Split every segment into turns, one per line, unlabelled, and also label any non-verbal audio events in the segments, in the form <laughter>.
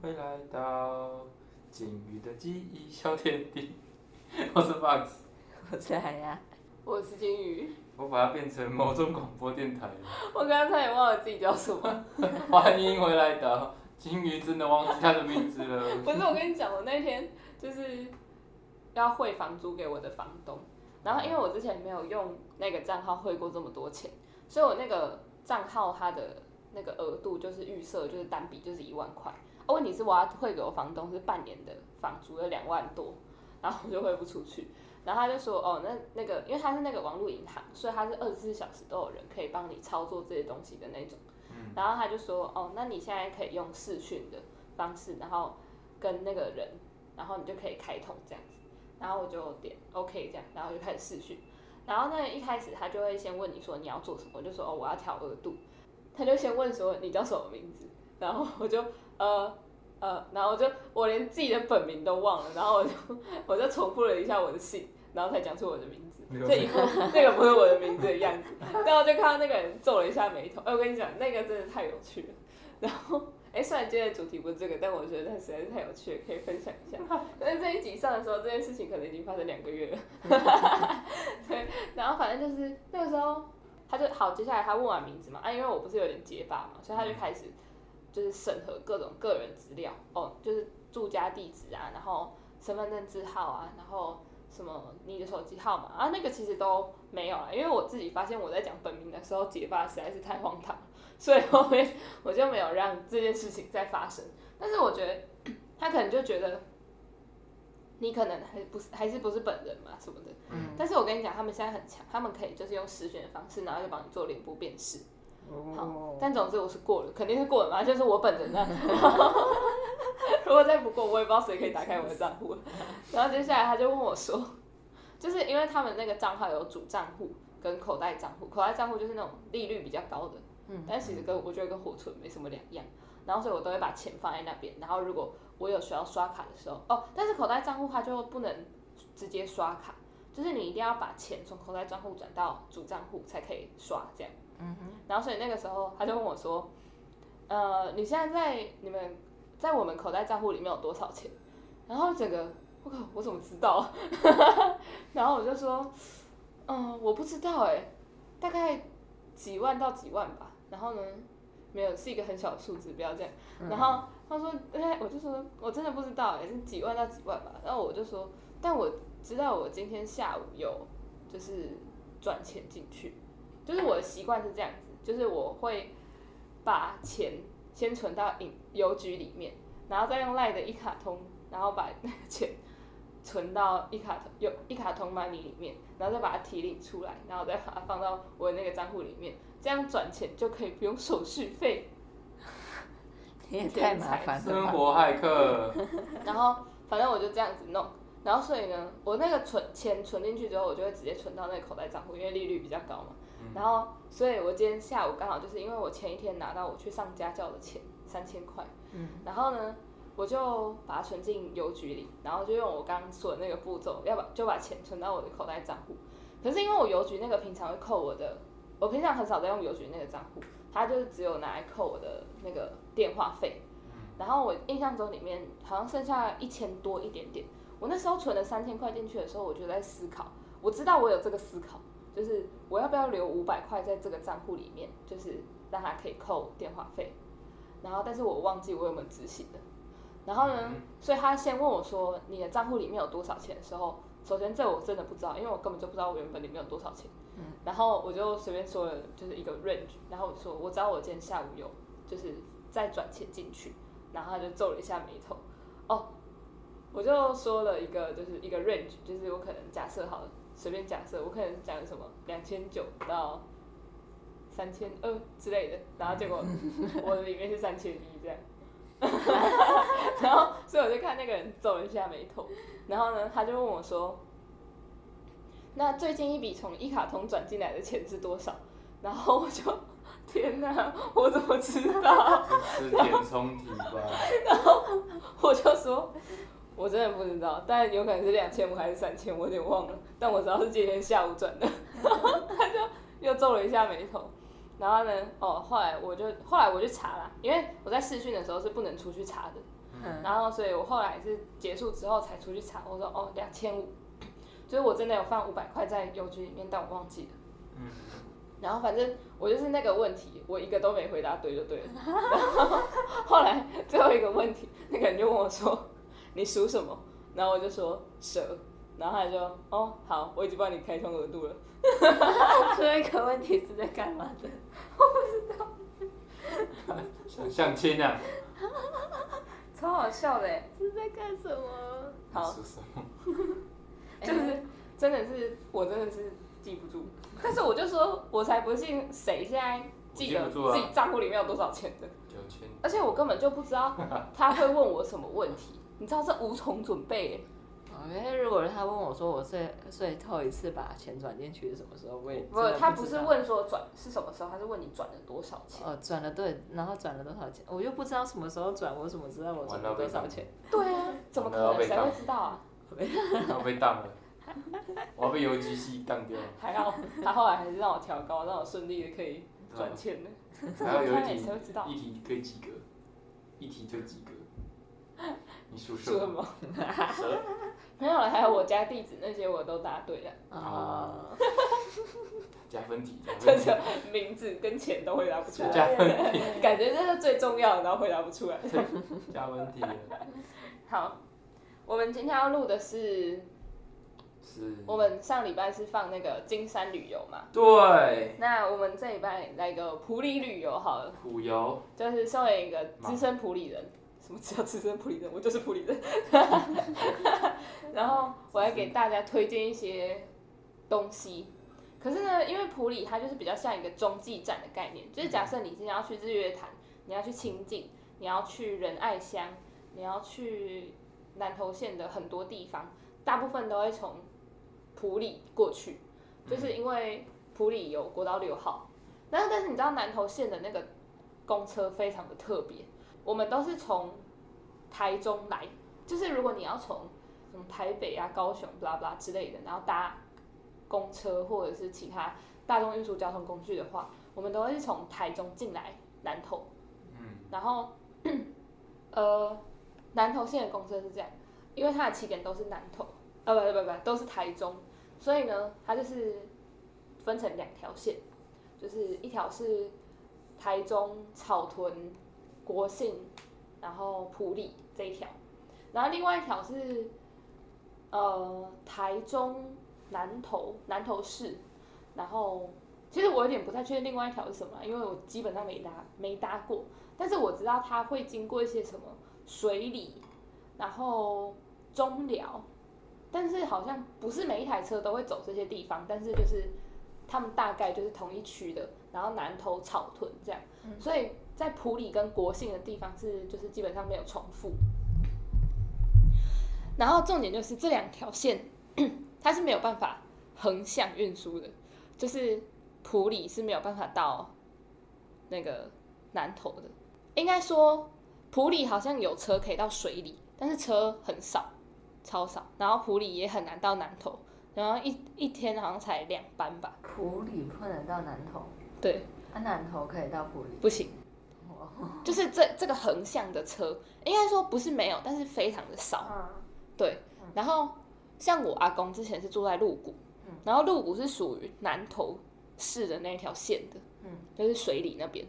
回来到金鱼的记忆小天地。 <laughs> 我是 Box，
<laughs> 我是海呀，
我是金鱼， <laughs>
我把它变成某种广播电台了。 <laughs>
我刚才也忘了自己叫什么。
欢迎回来到金鱼，真的忘记它的名字了。
不是，我跟你讲，我那天就是要汇房租给我的房东，然后因为我之前没有用那个账号汇过这么多钱，所以我那个账号它的那个额度就是预设就是单笔就是一万块。啊、问题是我要汇给我房东是半年的房租有两万多，然后我就汇不出去。然后他就说，哦，那那个，因为他是那个网络银行，所以他是二十四小时都有人可以帮你操作这些东西的那种。
嗯，
然后他就说，哦，那你现在可以用视讯的方式，然后跟那个人，然后你就可以开通这样子。然后我就点 OK 这样，然后就开始视讯。然后那一开始他就会先问你说你要做什么，我就说哦我要调额度，他就先问说你叫什么名字，然后我就 <laughs> 呃呃，然后我就我连自己的本名都忘了，然后我就 <laughs> 我就重复了一下我的姓，然后才讲出我的名字。
没有
这以后那个 <laughs> 不是我的名字的样子。然后我就看到那个人皱了一下眉头。哎、我跟你讲，那个真的太有趣了。然后，哎、虽然今天的主题不是这个，但我觉得它实在是太有趣了，可以分享一下。 <laughs> 但是这一集上的时候，这件事情可能已经发生两个月了。对，然后反正就是那个时候，他就好，接下来他问完名字嘛，啊，因为我不是有点结巴嘛，所以他就开始就是审核各种个人资料，哦，就是住家地址啊，然后身份证字号啊，然后什么你的手机号码啊，那个其实都没有啊，因为我自己发现我在讲本名的时候结巴实在是太荒唐，所以后面我就没有让这件事情再发生。但是我觉得他可能就觉得你可能还不是还是不是本人嘛什么的，
嗯，
但是我跟你讲，他们现在很强，他们可以就是用实选的方式，然后就帮你做脸部辨识。
哦，
但总之我是过了，肯定是过了嘛，就是我本人啊。 <laughs> 如果再不过，我也不知道谁可以打开我的账户了。然后接下来他就问我说，就是因为他们那个账号有主账户跟口袋账户，口袋账户就是那种利率比较高的，
嗯
但其实跟我觉得跟活存没什么两样。然后所以我都会把钱放在那边，然后如果我有需要刷卡的时候，哦，但是口袋账户它就不能直接刷卡，就是你一定要把钱从口袋账户转到主账户才可以刷这样。
嗯
然后所以那个时候他就问我说，呃，你现在在你们在我们口袋账户里面有多少钱？然后整个我靠，我怎么知道？ <laughs> 然后我就说，嗯、我不知道哎、大概几万到几万吧。然后呢，没有是一个很小的数字，不要这样。
嗯
然后他说，哎，我就说我真的不知道哎、是几万到几万吧。然后我就说，但我知道我今天下午有就是转钱进去，就是我的习惯是这样子，就是我会把钱先存到银邮局里面，然后再用赖的一卡通，然后把那个钱存到一卡通有一卡通 money 里面，然后再把它提领出来，然后再把它放到我的那个账户里面，这样转钱就可以不用手续费。
<laughs> 你也太麻烦了
生
吧，
活骇客，
然后反正我就这样子弄，然后所以呢，我那个存钱存进去之后，我就会直接存到那个口袋账户，因为利率比较高嘛。然后，所以我今天下午刚好就是因为我前一天拿到我去上家教的钱三千块，
嗯，
然后呢，我就把它存进邮局里，然后就用我刚刚说的那个步骤，要把就把钱存到我的口袋账户。可是因为我邮局那个平常会扣我的，我平常很少在用邮局那个账户，它就是只有拿来扣我的那个电话费。然后我印象中里面好像剩下一千多一点点。我那时候存了三千块进去的时候，我就在思考，我知道我有这个思考，就是我要不要留五百块在这个账户里面，就是让它可以扣电话费。然后，但是我忘记我有没有执行了。然后呢
嗯，
所以他先问我说你的账户里面有多少钱的时候，首先这我真的不知道，因为我根本就不知道我原本里面有多少钱。然后我就随便说了就是一个 range，然后我就说我知道我今天下午有就是再转钱进去，然后他就皱了一下眉头，哦，我就说了一个就是一个 range，就是我可能假设好了，随便假设我可能讲什么两千九到三千二之类的，然后结果我的里面是三千一这样。 <laughs> 然后，所以我就看那个人皱了一下眉头，然后呢，他就问我说：“那最近一笔从一卡通转进来的钱是多少？然后我就， <laughs> 天哪，我怎么知道？
是填充题吧？
我就说，我真的不知道，但有可能是两千五还是三千，我有 <laughs> 点忘了。但我知道是今天下午转的。然后他就又皱了一下眉头，然后呢，哦，后来我就后来我就查了，因为我在试训的时候是不能出去查的，
嗯，
然后所以我后来是结束之后才出去查，我说哦两千五， <clears throat> 所以我真的有放五百块在邮局里面，但我忘记了。
嗯
然后反正我就是那个问题，我一个都没回答对就对了。 <laughs> 然后后来最后一个问题，那个人就问我说：“你属什么？”然后我就说蛇，然后他就哦好，我已经帮你开通额度了。
<laughs> 最后一个问题是在干嘛的？
想相亲啊？
超好笑的欸耶，
是 <laughs> 在干什么？
好
是什么
<laughs> 就是真的是我真的是记不住，但是我就说我才不信谁现在记得
我记不住啊
自己账户里面有多少钱的。
九千？
而且我根本就不知道他会问我什么问题，你知道这无从准备耶。
我觉得如果他问我说我最最后一次把钱转进去是什么时候，我也
不
真的，
他
不
不
知
是
道
问说转是什么时候，他是问你转了多少钱。
哦转了对，然后转了多少钱，哦我又不知道什么时候转，我怎么知道我转了多少钱？
对啊，怎么可
我们要被
能？谁
当
会知道啊？
我被当了，我要被邮局系当掉了。
还好他后来还是让我调高，让我顺利的可以转
<laughs>
钱呢。 <laughs> 这
然后
么
有一
看也
题
谁会知道？
一题可以及格，一题就及格。你属
说什
蛇？
么？
蛇？
没有了，还有我家地址那些我都答对了，
哦，
加分题，加
这
分题
就。名字跟钱都回答不出来，
加分
感觉这是最重要的，然后回答不出来。
加分题了
好，我们今天要录的是，
是。
<laughs> 我们上礼拜是放那个金山旅游嘛，
对，
那我们这礼拜来个普里旅游好了。
普游
就是身为一个资深普里人，什么叫资深普里人？我就是普里人。然后我要给大家推荐一些东西。可是呢，因为普里它就是比较像一个中继站的概念，就是假设你今天要去日月潭，你要去清境，你要去仁爱乡，你要去南投县的很多地方，大部分都会从普里过去，就是因为普里有国道六号。但是但是你知道南投县的那个公车非常的特别，我们都是从台中来，就是如果你要从什么台北啊、高雄、blah blah 之类的，然后搭公车或者是其他大众运输交通工具的话，我们都会是从台中进来南投，
嗯，
然后 <clears throat> 呃，南投县的公车是这样，因为它的起点都是南投，呃，不不不不，都是台中，所以呢，它就是分成两条线，就是一条是台中草屯、国信，然后埔里这一条，然后另外一条是呃台中南投南投市，然后。其实我有点不太确定另外一条是什么啦，因为我基本上没搭没搭过。但是我知道它会经过一些什么水里，然后中寮，但是好像不是每一台车都会走这些地方，但是就是他们大概就是同一区的，然后南投草屯这样，所以在普里跟国姓的地方是就是基本上没有重复。然后重点就是这两条线， <clears throat> 它是没有办法横向运输的，就是普里是没有办法到那个南投的。应该说，普里好像有车可以到水里，但是车很少，超少。然后普里也很难到南投，然后一一天好像才两班吧，
普里不能到南投，
对，
啊南投可以到普里，哦
不行。就是这这个横向的车，应该说不是没有，但是非常的少。
嗯
对，然后像我阿公之前是住在鹿谷，然后鹿谷是属于南投市的那条线的，
嗯
就是水里那边。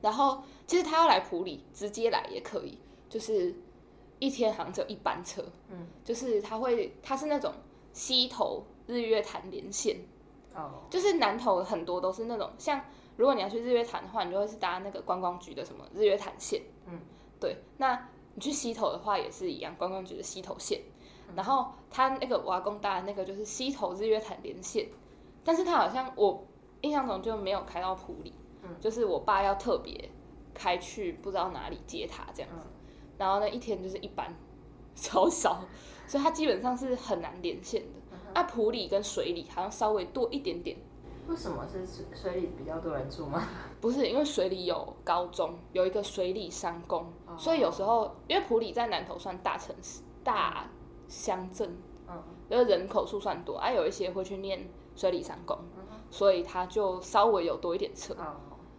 然后其实他要来普里，直接来也可以，就是一天好像只有一班车，
嗯，
就是他会，他是那种西头日月潭连线，
哦，
就是南投很多都是那种，像如果你要去日月潭的话，你就会是搭那个观光局的什么日月潭线，
嗯，
对。那你去溪头的话也是一样，观光局的溪头线。
嗯
然后他那个我阿公搭的那个就是溪头日月潭连线，但是他好像我印象中就没有开到埔里，
嗯
就是我爸要特别开去不知道哪里接他这样子，然后呢一天就是一班，超少， <laughs> 所以他基本上是很难连线的。那、埔里跟水里好像稍微多一点点。
为什么是水水里比较多人住吗？
不是因为水里有高中，有一个水里商工，
哦
所以有时候因为普里在南投算大城市、大乡镇，
嗯嗯
就是人口数算多，啊，有一些会去念水里商工，所以它就稍微有多一点车。
哦，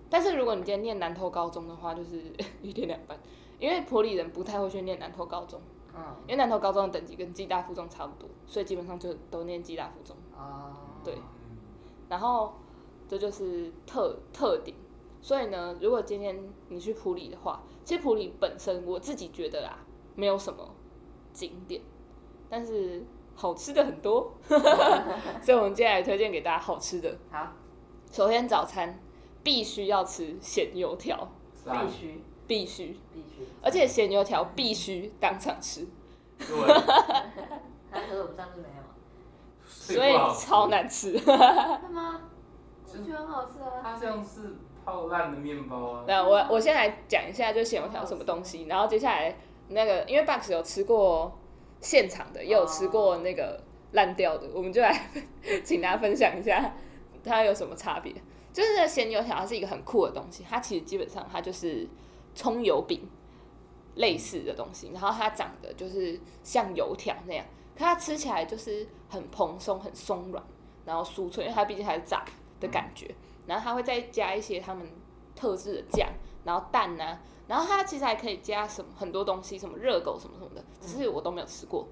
但是如果你今天念南投高中的话，就是 <laughs> 一天两班，因为普里人不太会去念南投高中，
嗯，
因为南投高中的等级跟暨大附中差不多，所以基本上就都念暨大附中。
哦，
对
嗯
然后这就是特特点。所以呢，如果今天你去普里的话，其实普里本身我自己觉得啦，没有什么景点，但是好吃的很多， <laughs> 所以我们接下来推荐给大家好吃的。
好，
首先早餐必须要吃咸油条，
必
赞，
须
必须，
必须，
而且咸油条必须当场吃，
对，
他可是我们上次没有啊，
<laughs> 所以
不好吃
超。难吃。
真的吗？我觉得很好吃啊，
它像是泡烂的面包啊，
那我我先来讲一下，就咸油条什么东西，然后接下来那个，因为 Box 有吃过现场的，也有吃过那个烂掉的，我们就来 <laughs> 请大家分享一下它有什么差别。就是那个咸油条，它是一个很酷的东西，它其实基本上它就是葱油饼类似的东西，然后它长得就是像油条那样，可它吃起来就是很蓬松、很松软，然后酥脆，因为它毕竟还是炸的感觉，然后它会再加一些他们特制的酱，然后蛋啊呐、然后它其实还可以加什么很多东西，什么热狗什么什么的，只是我都没有吃过，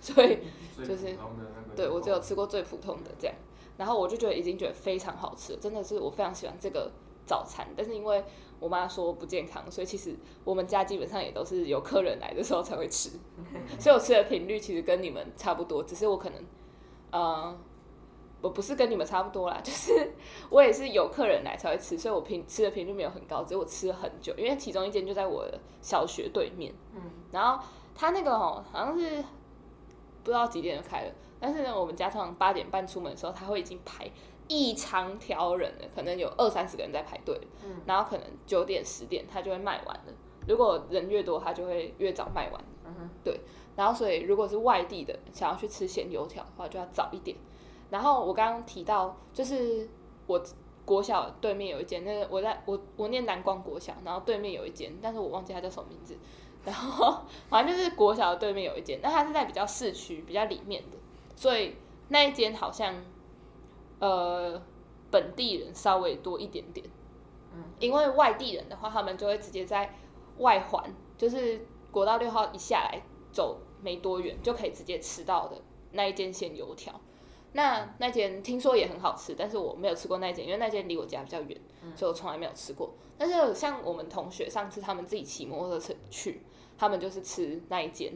所以
最
就是
普通的哦那个。
对我只有吃过最普通的这样，然后我就觉得已经觉得非常好吃了，真的是我非常喜欢这个早餐。但是因为我妈说不健康，所以其实我们家基本上也都是有客人来的时候才会吃，所以我吃的频率其实跟你们差不多，只是我可能，呃，我不是跟你们差不多啦， <laughs> 就是我也是有客人来才会吃，所以我频吃的频率没有很高，只是我吃了很久，因为其中一间就在我的小学对面。
嗯，
然后他那个哦，好像是不知道几点就开了，但是呢，我们家通常八点半出门的时候，他会已经排一长条人了，可能有二三十个人在排队，
嗯，
然后可能九点十点他就会卖完了。如果人越多，他就会越早卖完。
嗯哼，
然后所以如果是外地的想要去吃咸油条的话，就要早一点。然后我刚刚提到，就是我国小对面有一间，那个我在我我念南光国小，然后对面有一间，但是我忘记它叫什么名字。然后 <laughs> 反正就是国小的对面有一间，那它是在比较市区、比较里面的，所以那一间好像呃本地人稍微多一点点。
嗯，
因为外地人的话，他们就会直接在外环，就是国道六号一下来走没多远就可以直接吃到的那一间鲜油条。那
嗯
那间听说也很好吃，但是我没有吃过那间，因为那间离我家比较远，
嗯
所以我从来没有吃过。但是像我们同学上次他们自己骑摩托车去，他们就是吃那一间，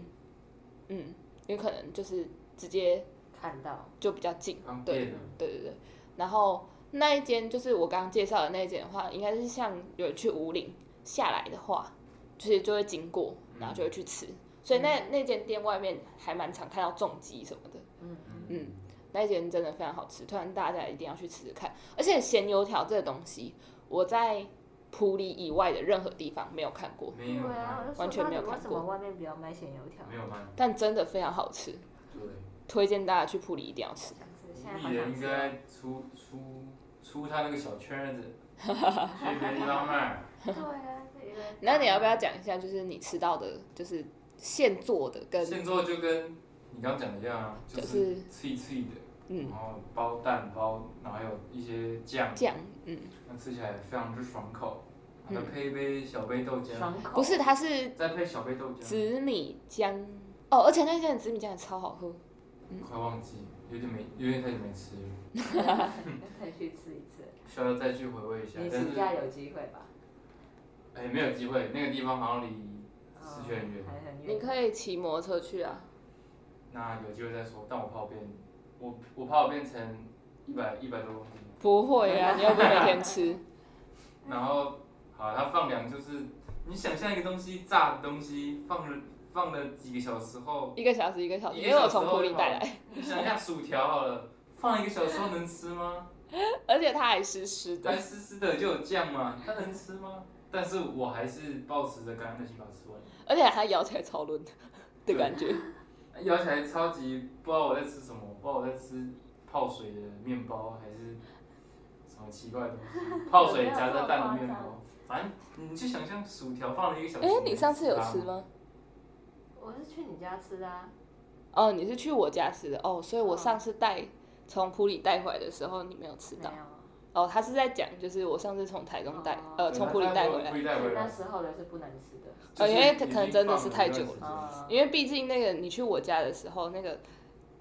嗯，有可能就是直接
看到，
就比较近，
方
对
便啊，
对对对，然后那一间就是我刚刚介绍的那一间的话，应该是像有人去五岭下来的话，就是就会经过，
嗯
然后就会去吃。所以那那间店外面还蛮常看到重机什么的，
嗯，
嗯，那一间真的非常好吃，推荐大家一定要去吃吃看。而且咸油条这个东西，我在普里以外的任何地方没有看过，
没有
啊，
卖，
我就说
完全没有
那你为
看
什
过
么外面不要卖咸油条？
没有卖，
但真的非常好吃，
对，
推荐大家去普里一定要吃。
想吃，现在
艺
好
人
想
应
吃哦。
该出出出他那个小圈子，去别的地方卖，
对啊，这个
那你要不要讲一下，就是你吃到的，就是现做的跟
现做就跟你刚讲的一样啊，就
就是
脆脆的，
嗯
然后包蛋包，然后还有一些酱，
酱，嗯，
那吃起来非常之爽口，
嗯
再配一杯小杯豆浆，
爽口？
不，是，它是
再配小杯豆浆，
紫米浆哦，而且那间的紫米浆也超好喝，
快忘记，有点没有点太久没吃了，
再去吃一次，
需要再去回味一下
你，
但
暑
是
假有机会吧？
哎没有机会，那个地方好像离市区很远
嗯还很远。
你可以骑摩托车去啊，
那有机会再说，但我怕我变，我我怕我变成一百一百多公斤。
不会啊，你又不是每天吃，
然后，好，它放凉就是你想象一个东西炸的东西放了放了几个小时后，
<laughs> 一个小时一个小时，
一
因
个
为我
小时
从普
后
里
就好
带
了
来，
你想一下薯条好了，放一个小时后能吃吗？
<laughs> 而且它还湿湿
白
的，
湿湿的就有酱嘛，它能吃吗？但是我还是保持着感恩的心把它吃完，
而且它咬起来超嫩的
对
感觉，
哎咬起来超级不知道我在吃什么，不知道我在吃泡水的面包还是什么奇怪的东西，泡水夹着蛋的面包，反正你就想象薯条放了一个小时。
哎，你上次有吃？吗？
我是去你家吃的啊，
哦，你是去我家吃的哦，所以我
嗯
上次带从普里带回来的时候你没有吃
没
到。
有，
哦，他是在讲，就是我上次从台中带，
哦
呃，从普里带回来
普，里带回
是那
来，
时候的是不能吃的。
就是
哦因为
已经
可能真的是太久了
放一段时间
啊，
因为毕竟那个你去我家的时候，那个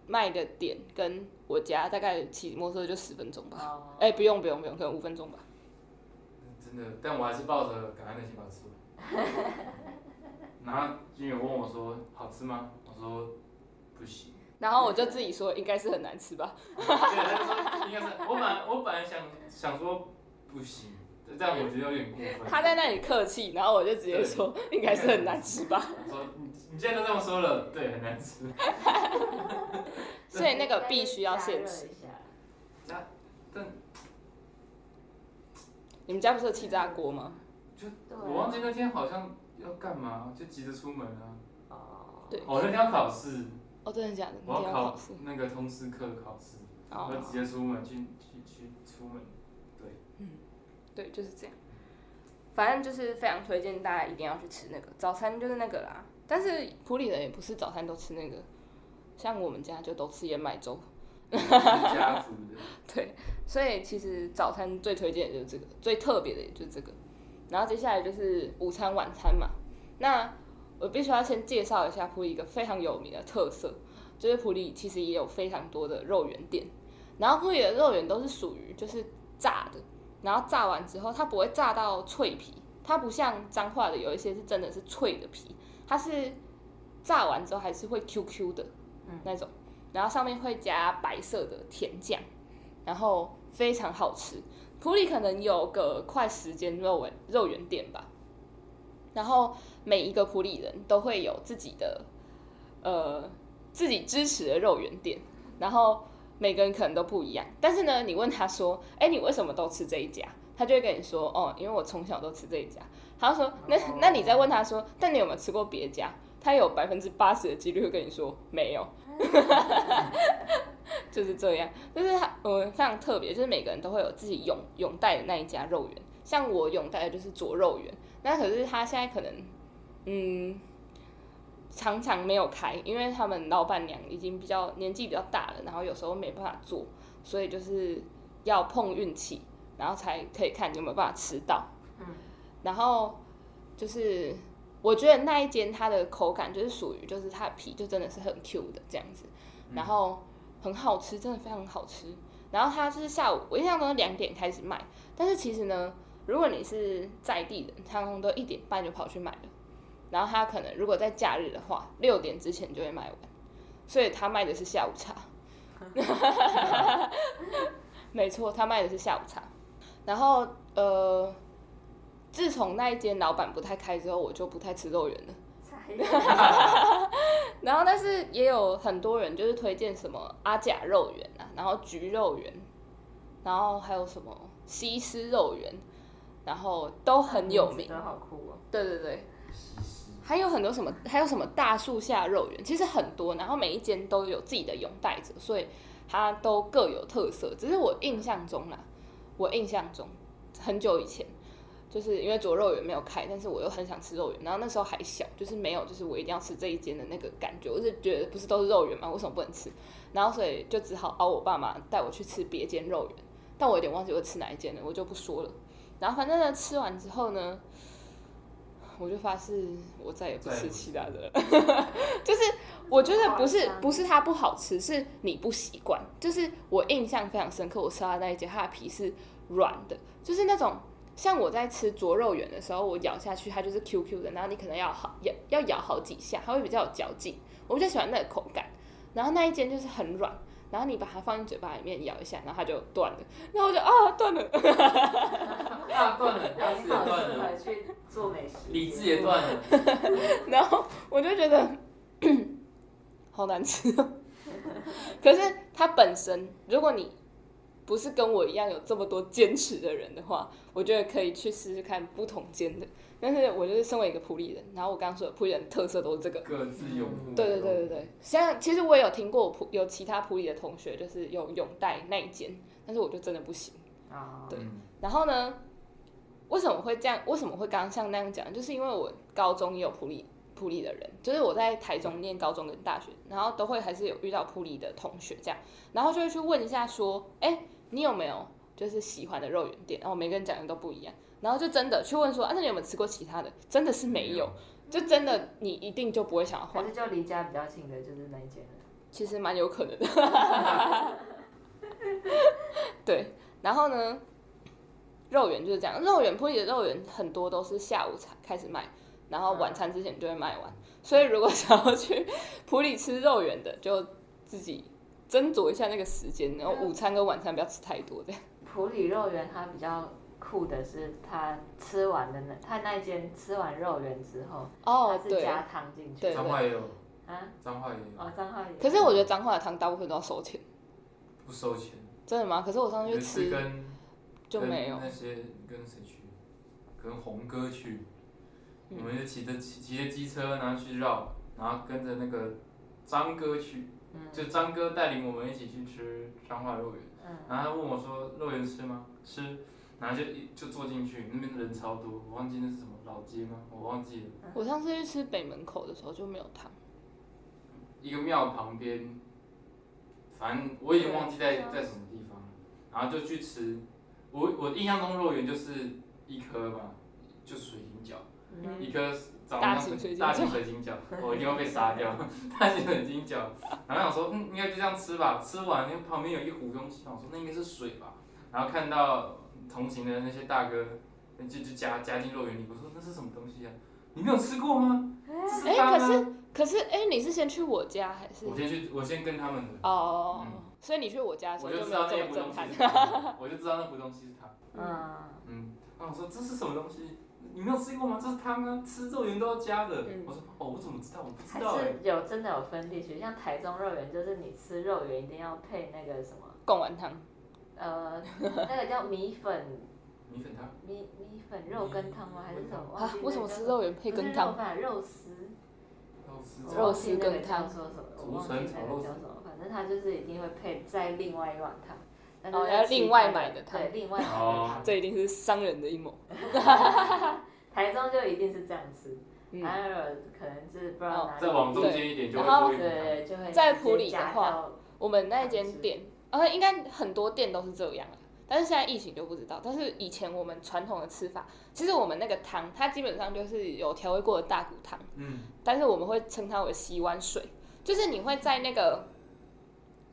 卖的点跟我家大概骑摩托车就十分钟吧。
哦
哎、不用不用不用，可能五分钟吧。
真的，但我还是抱着感恩的心把它吃完。然后金远问我说：“好吃吗？”我说：“不
<laughs>
行。
然后我就自己说，应该是很难吃吧。”
对，他说应该是我本来我本来想想说不行，这样我觉得有点过分。
<laughs> 他在那里客气，然后我就直接说，应该是很难吃 <laughs> 吧。
我说你你现在都这么说了，对，很难吃。
所以那个必须要限制。你们家不是有气炸锅吗？
对啊
我忘记那天好像要干嘛，就急着出门啊。
哦，
对
哦，那天要考试，
哦，真的假的？你
我要
今天要
考
考试？
那个通识课考试，我要
哦
直，接出门去去去出
<laughs>
门。对，
对，就是这样。反正就是非常推荐大家一定要去吃那个早餐，就是那个啦。但是普里人也不是早餐都吃那个，像我们家就都吃燕麦粥。
是家族的。
<laughs> 对，所以其实早餐最推荐的就是这个，最特别的也就是这个。然后接下来就是午餐、晚餐嘛。那我必须要先介绍一下普里一个非常有名的特色，就是普里其实也有非常多的肉圆店，然后普里的肉圆都是属于就是炸的，然后炸完之后它不会炸到脆皮，它不像彰化的有一些是真的是脆的皮，它是炸完之后还是会 QQ 的那种，然后上面会加白色的甜酱。然后非常好吃。普里可能有个快十间肉圆肉圆店吧，然后每一个普里人都会有自己的呃自己支持的肉圆店，然后每个人可能都不一样。但是呢，你问他说：“哎，你为什么都吃这一家？”他就会跟你说：“哦，因为我从小都吃这一家。”他说：“那那你再问他说，但你有没有吃过别家？”他有百分之八十的几率会跟你说没有， <laughs> 就是这样。就是它，我们非常特别，就是每个人都会有自己永永带的那一家肉圆。像我永带的就是左肉圆，那可是他现在可能，嗯，常常没有开，因为他们老板娘已经比较年纪比较大了，然后有时候没办法做，所以就是要碰运气，然后才可以看有没有办法吃到。
嗯，
然后就是我觉得那一间它的口感就是属于就是它的皮就真的是很 Q 的这样子，然后很好吃，真的非常好吃。然后它就是下午，我印象中两点开始卖，但是其实呢，如果你是在地人，他们都一点半就跑去买了。然后他可能如果在假日的话，六点之前就会卖完，所以他卖的是下午茶。 <laughs> 没错，他卖的是下午茶。然后呃，自从那一间老板不太开之后，我就不太吃肉圆了。
才有
然后，但是也有很多人就是推荐什么阿甲肉圆啊，然后菊肉圆，然后还有什么西施肉圆，然后都 <laughs> 很有名。
都好酷哦。
对对对，
西施，
还有很多什么，还有什么大树下肉圆，其实很多，然后每一间都有自己的拥戴者，所以它都各有特色。只是我印象中啦，我印象中很久以前，就是因为左肉圆没有开，但是我又很想吃肉圆，然后那时候还小，就是没有，就是我一定要吃这一间的那个感觉，我是觉得不是都是肉圆吗？为什么不能吃？然后所以就只好熬我爸妈带我去吃别间肉圆，但我有点忘记我吃哪一间了，我就不说了。然后反正呢，吃完之后呢，我就发誓我再也不吃其他的了。就是我觉得不是
啊
不是它不好吃，是你不习惯。就是我印象非常深刻，我吃到的那一间，它的皮是软的，就是那种像我在吃灼肉圆的时候，我咬下去它就是 Q Q 的，然后你可能要好咬要咬好几下，它会比较有嚼劲。我比较喜欢那个口感。然后那一间就是很软，然后你把它放进嘴巴里面咬一下，然后它就断了。然后我就啊断了，
啊断了，牙
哦
还
齿也断了，
是好适合去做美食，
理智也断了。
然后我就觉得 <coughs> 好难吃、哦。 <laughs> 可是它本身，如果你不是跟我一样有这么多坚持的人的话，我觉得可以去试试看不同间的。但是我就是身为一个普里人，然后我刚刚说的普里人特色都是这个。
各自拥护。
对对对对对，像其实我也有听过我普有其他普里的同学，就是有永代那一间，但是我就真的不行。
哦，
对
嗯
然后呢，为什么会这样？为什么会刚刚像那样讲？就是因为我高中也有普里普里的人，就是我在台中念高中跟大学，然后都会还是有遇到普里的同学这样，然后就会去问一下说，哎、你有没有就是喜欢的肉圆店？然后每个人讲的都不一样，然后就真的去问说，啊，那你有没有吃过其他的？真的是没有，就真的你一定就不会想要换
还，是就离家比较近的，就是那一间了。
其实蛮有可能的。对，然后呢，肉圆就是这样，肉圆铺里的肉圆很多都是下午才开始卖，然后晚餐之前就会卖完，所以如果想要去普里吃肉圆的，就自己斟酌一下那个时间，然后午餐跟晚餐不要吃太多这样。
普里肉圆它比较酷的是，它吃完的那它那一间吃完肉圆之后，
哦，
它是
对。
加汤进去
对
彰化也有，
啊。
彰化也有，
哦，张浩宇。
可是我觉得彰化的汤大部分都要收钱，
不收钱。
真的吗？可是我上次
有一
去
次
吃
跟
就
跟
没有。
那些跟谁去？跟红哥去，
嗯
我们就骑着骑骑着机车，然后去绕，然后跟着那个张哥去，
嗯
就张哥带领我们一起去吃彰化肉圆。
嗯，
然后他问我说：“肉圆吃吗？”吃，然后就一就坐进去，那边人超多，我忘记那是什么老街吗？我忘记了，
我上次去吃北门口的时候就没有汤，
一个庙旁边，反正我已经忘记在在什么地方了。然后就去吃，我我印象中肉圆就是一颗吧，就水晶饺，
嗯
一颗长得像
大型水晶饺
大型水晶饺，我一定会被杀掉， <laughs> 大型水晶饺。然后想说，嗯，应该就这样吃吧。吃完，因为旁边有一壶东西，我说那应该是水吧。然后看到同行的那些大哥，就就夹夹进肉圆里，我说那是什么东西啊？你没有吃过吗？这是
哎
汤
可
啊！
是可是哎、你是先去我家还是？
我先去，我先跟他们的。
哦、
嗯
啊所以你去我家的时
我
候
就
没
知
有
道
这
那
么
壶
震
东
撼
西。
<laughs>
是他，我就知道那壶东西是他。
嗯，
嗯，然后我说这是什么东西？你没有吃过吗？这是汤啊，吃肉圆都要加的。
嗯
我说哦，我怎么知道？我不知
还
道哎、
是有真的有分地区，像台中肉圆，就是你吃肉圆一定要配那个什么，
<laughs> 贡丸汤， <laughs>
呃，那个叫米粉
米粉汤，
米米粉肉羹汤吗？还是什
<laughs>
么？忘
啊
记那，
为什么
叫
吃肉圆配羹汤？
不是肉饭肉丝，
肉丝
我
粥
忘
肉
记
丝
那个
羹汤
叫说什么，我
竹
忘记
笋
那
炒
个
肉
叫
丝
什么，反正它就是一定会配在另外一碗汤。但是
哦
它
要
其
另
他
外买的汤
对，另外买的
哦
汤。
这一定是商人的阴谋。
台中就一定是这样吃，
嗯，
还有可能是不知道
哦
哪里。
再往中
对
间一点就会
然后
多一
对
点汤。
对，就会
在
直接
普里
加
的话
到
我们那一间店，呃，应该很多店都是这样啊。但是现在疫情就不知道。但是以前我们传统的吃法，其实我们那个汤，它基本上就是有调味过的大骨汤，
嗯，
但是我们会称它为洗碗水，就是你会在那个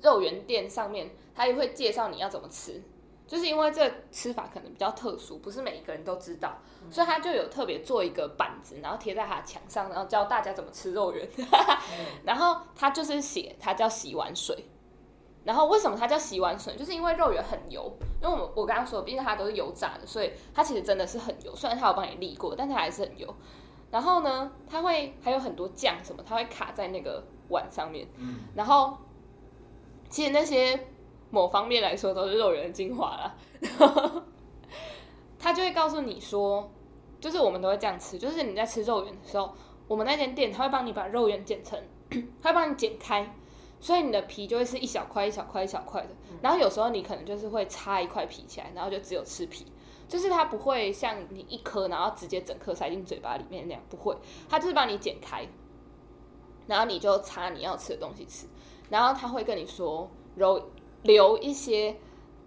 肉圆店上面，它也会介绍你要怎么吃。就是因为这吃法可能比较特殊，不是每一个人都知道，所以他就有特别做一个板子，然后贴在他的墙上，然后教大家怎么吃肉圆。 <laughs> 然后他就是写它叫洗碗水。然后为什么它叫洗碗水？就是因为肉圆很油，因为我们我刚刚说，毕竟它都是油炸的，所以它其实真的是很油。虽然它有帮你沥过，但它还是很油。然后呢，它会还有很多酱什么，它会卡在那个碗上面。
嗯
然后其实那些某方面来说都是肉圆的精华啦。 <laughs> 然后他就会告诉你说，就是我们都会这样吃，就是你在吃肉圆的时候，我们那间店他会帮你把肉圆剪成， <clears throat> 他会帮你剪开。所以你的皮就会是一小块一小块一小块的，然后有时候你可能就是会擦一块皮起来，然后就只有吃皮，就是它不会像你一颗然后直接整颗塞进嘴巴里面那样，不会，它就是帮你剪开，然后你就擦你要吃的东西吃，然后他会跟你说揉留一些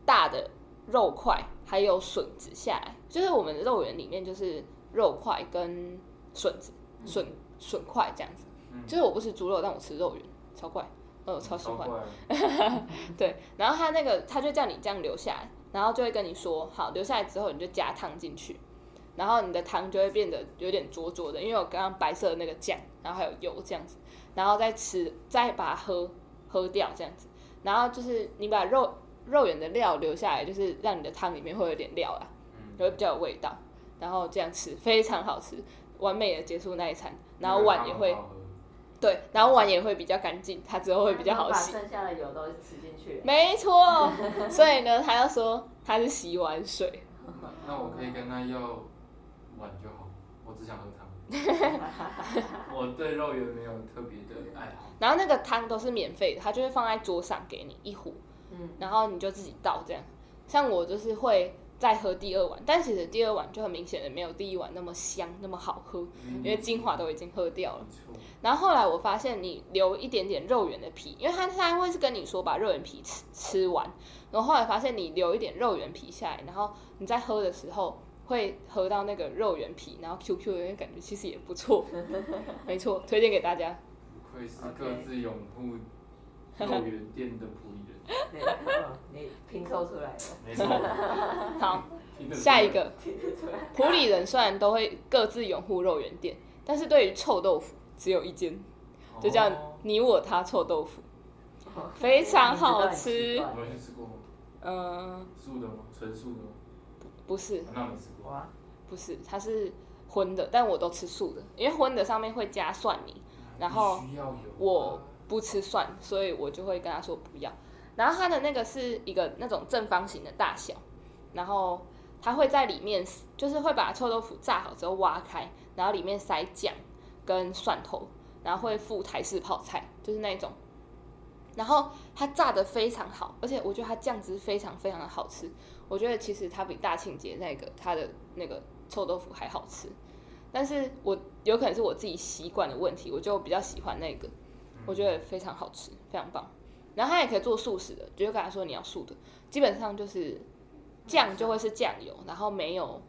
大的肉块，还有笋子下来，就是我们的肉圆里面就是肉块跟笋子、笋笋块这样子。
嗯
就是我不吃猪肉，但我吃肉圆，超怪，呃，我超喜
超
欢。
怪。嗯
对，然后他那个他就叫你这样留下来，然后就会跟你说，好，留下来之后你就加汤进去，然后你的汤就会变得有点浊浊的，因为我刚刚白色的那个酱，然后还有油这样子，然后再吃，再把它喝喝掉这样子，然后就是你把肉肉圆的料留下来，就是让你的汤里面会有点料啦，
嗯，
会比较有味道，然后这样吃非常好吃，完美的结束那一餐，然后碗也
那
会
个汤很好喝
对，然后碗也会比较干净，它之后会比较好
把
洗。
剩下的油都吃进
<laughs>
去。
没错，所以呢，他要说他是洗碗水，
那那我可以跟他要碗就好，我只想喝
<laughs>
汤。我对肉圆没有特别的爱好。
然后那个汤都是免费的，他就会放在桌上给你一壶，
嗯，
然后你就自己倒这样。像我就是会再喝第二碗，但其实第二碗就很明显的没有第一碗那么香那么好喝，
嗯
因为精华都已经喝掉了。
没错，
然后后来我发现你留一点点肉圆的皮，因为他他会是跟你说把肉圆皮吃吃完，然后后来发现你留一点肉圆皮下来，然后你在喝的时候会喝到那个肉圆皮，然后 QQ 的感觉其实也不
<laughs>
错，没错，推荐给大家。
不愧是
OK
各自拥护肉圆店的仆役人，
对，嗯你拼凑出来的，
没错。
好，
听得出来
下一
<laughs>
个
拼凑出来。
普里人虽然都会各自拥护肉圆店，但是对于臭豆腐只有一间，就叫
哦
你我他臭豆腐，
哦
非常好吃
<laughs> 你知道
你
很
们去
奇
吃过吗？
嗯、
素的吗？纯素的吗？
不是。
啊那我没吃
<laughs>
怪
过。
哇，
不是，它是荤的，但我都吃素的，因为荤的上面会加蒜泥，然后
必须要有啊
我不吃蒜，所以我就会跟他说不要。然后它的那个是一个那种正方形的大小，然后它会在里面，就是会把臭豆腐炸好之后挖开，然后里面塞酱跟蒜头，然后会附台式泡菜，就是那一种。然后它炸的非常好，而且我觉得它酱汁非常非常的好吃。我觉得其实它比大庆节那个它的那个臭豆腐还好吃，但是我有可能是我自己习惯的问题，我就比较喜欢那个。
嗯
我觉得非常好吃，非常棒。然后它也可以做素食的，就跟他说你要素的，基本上就是酱就会是酱油，然后没有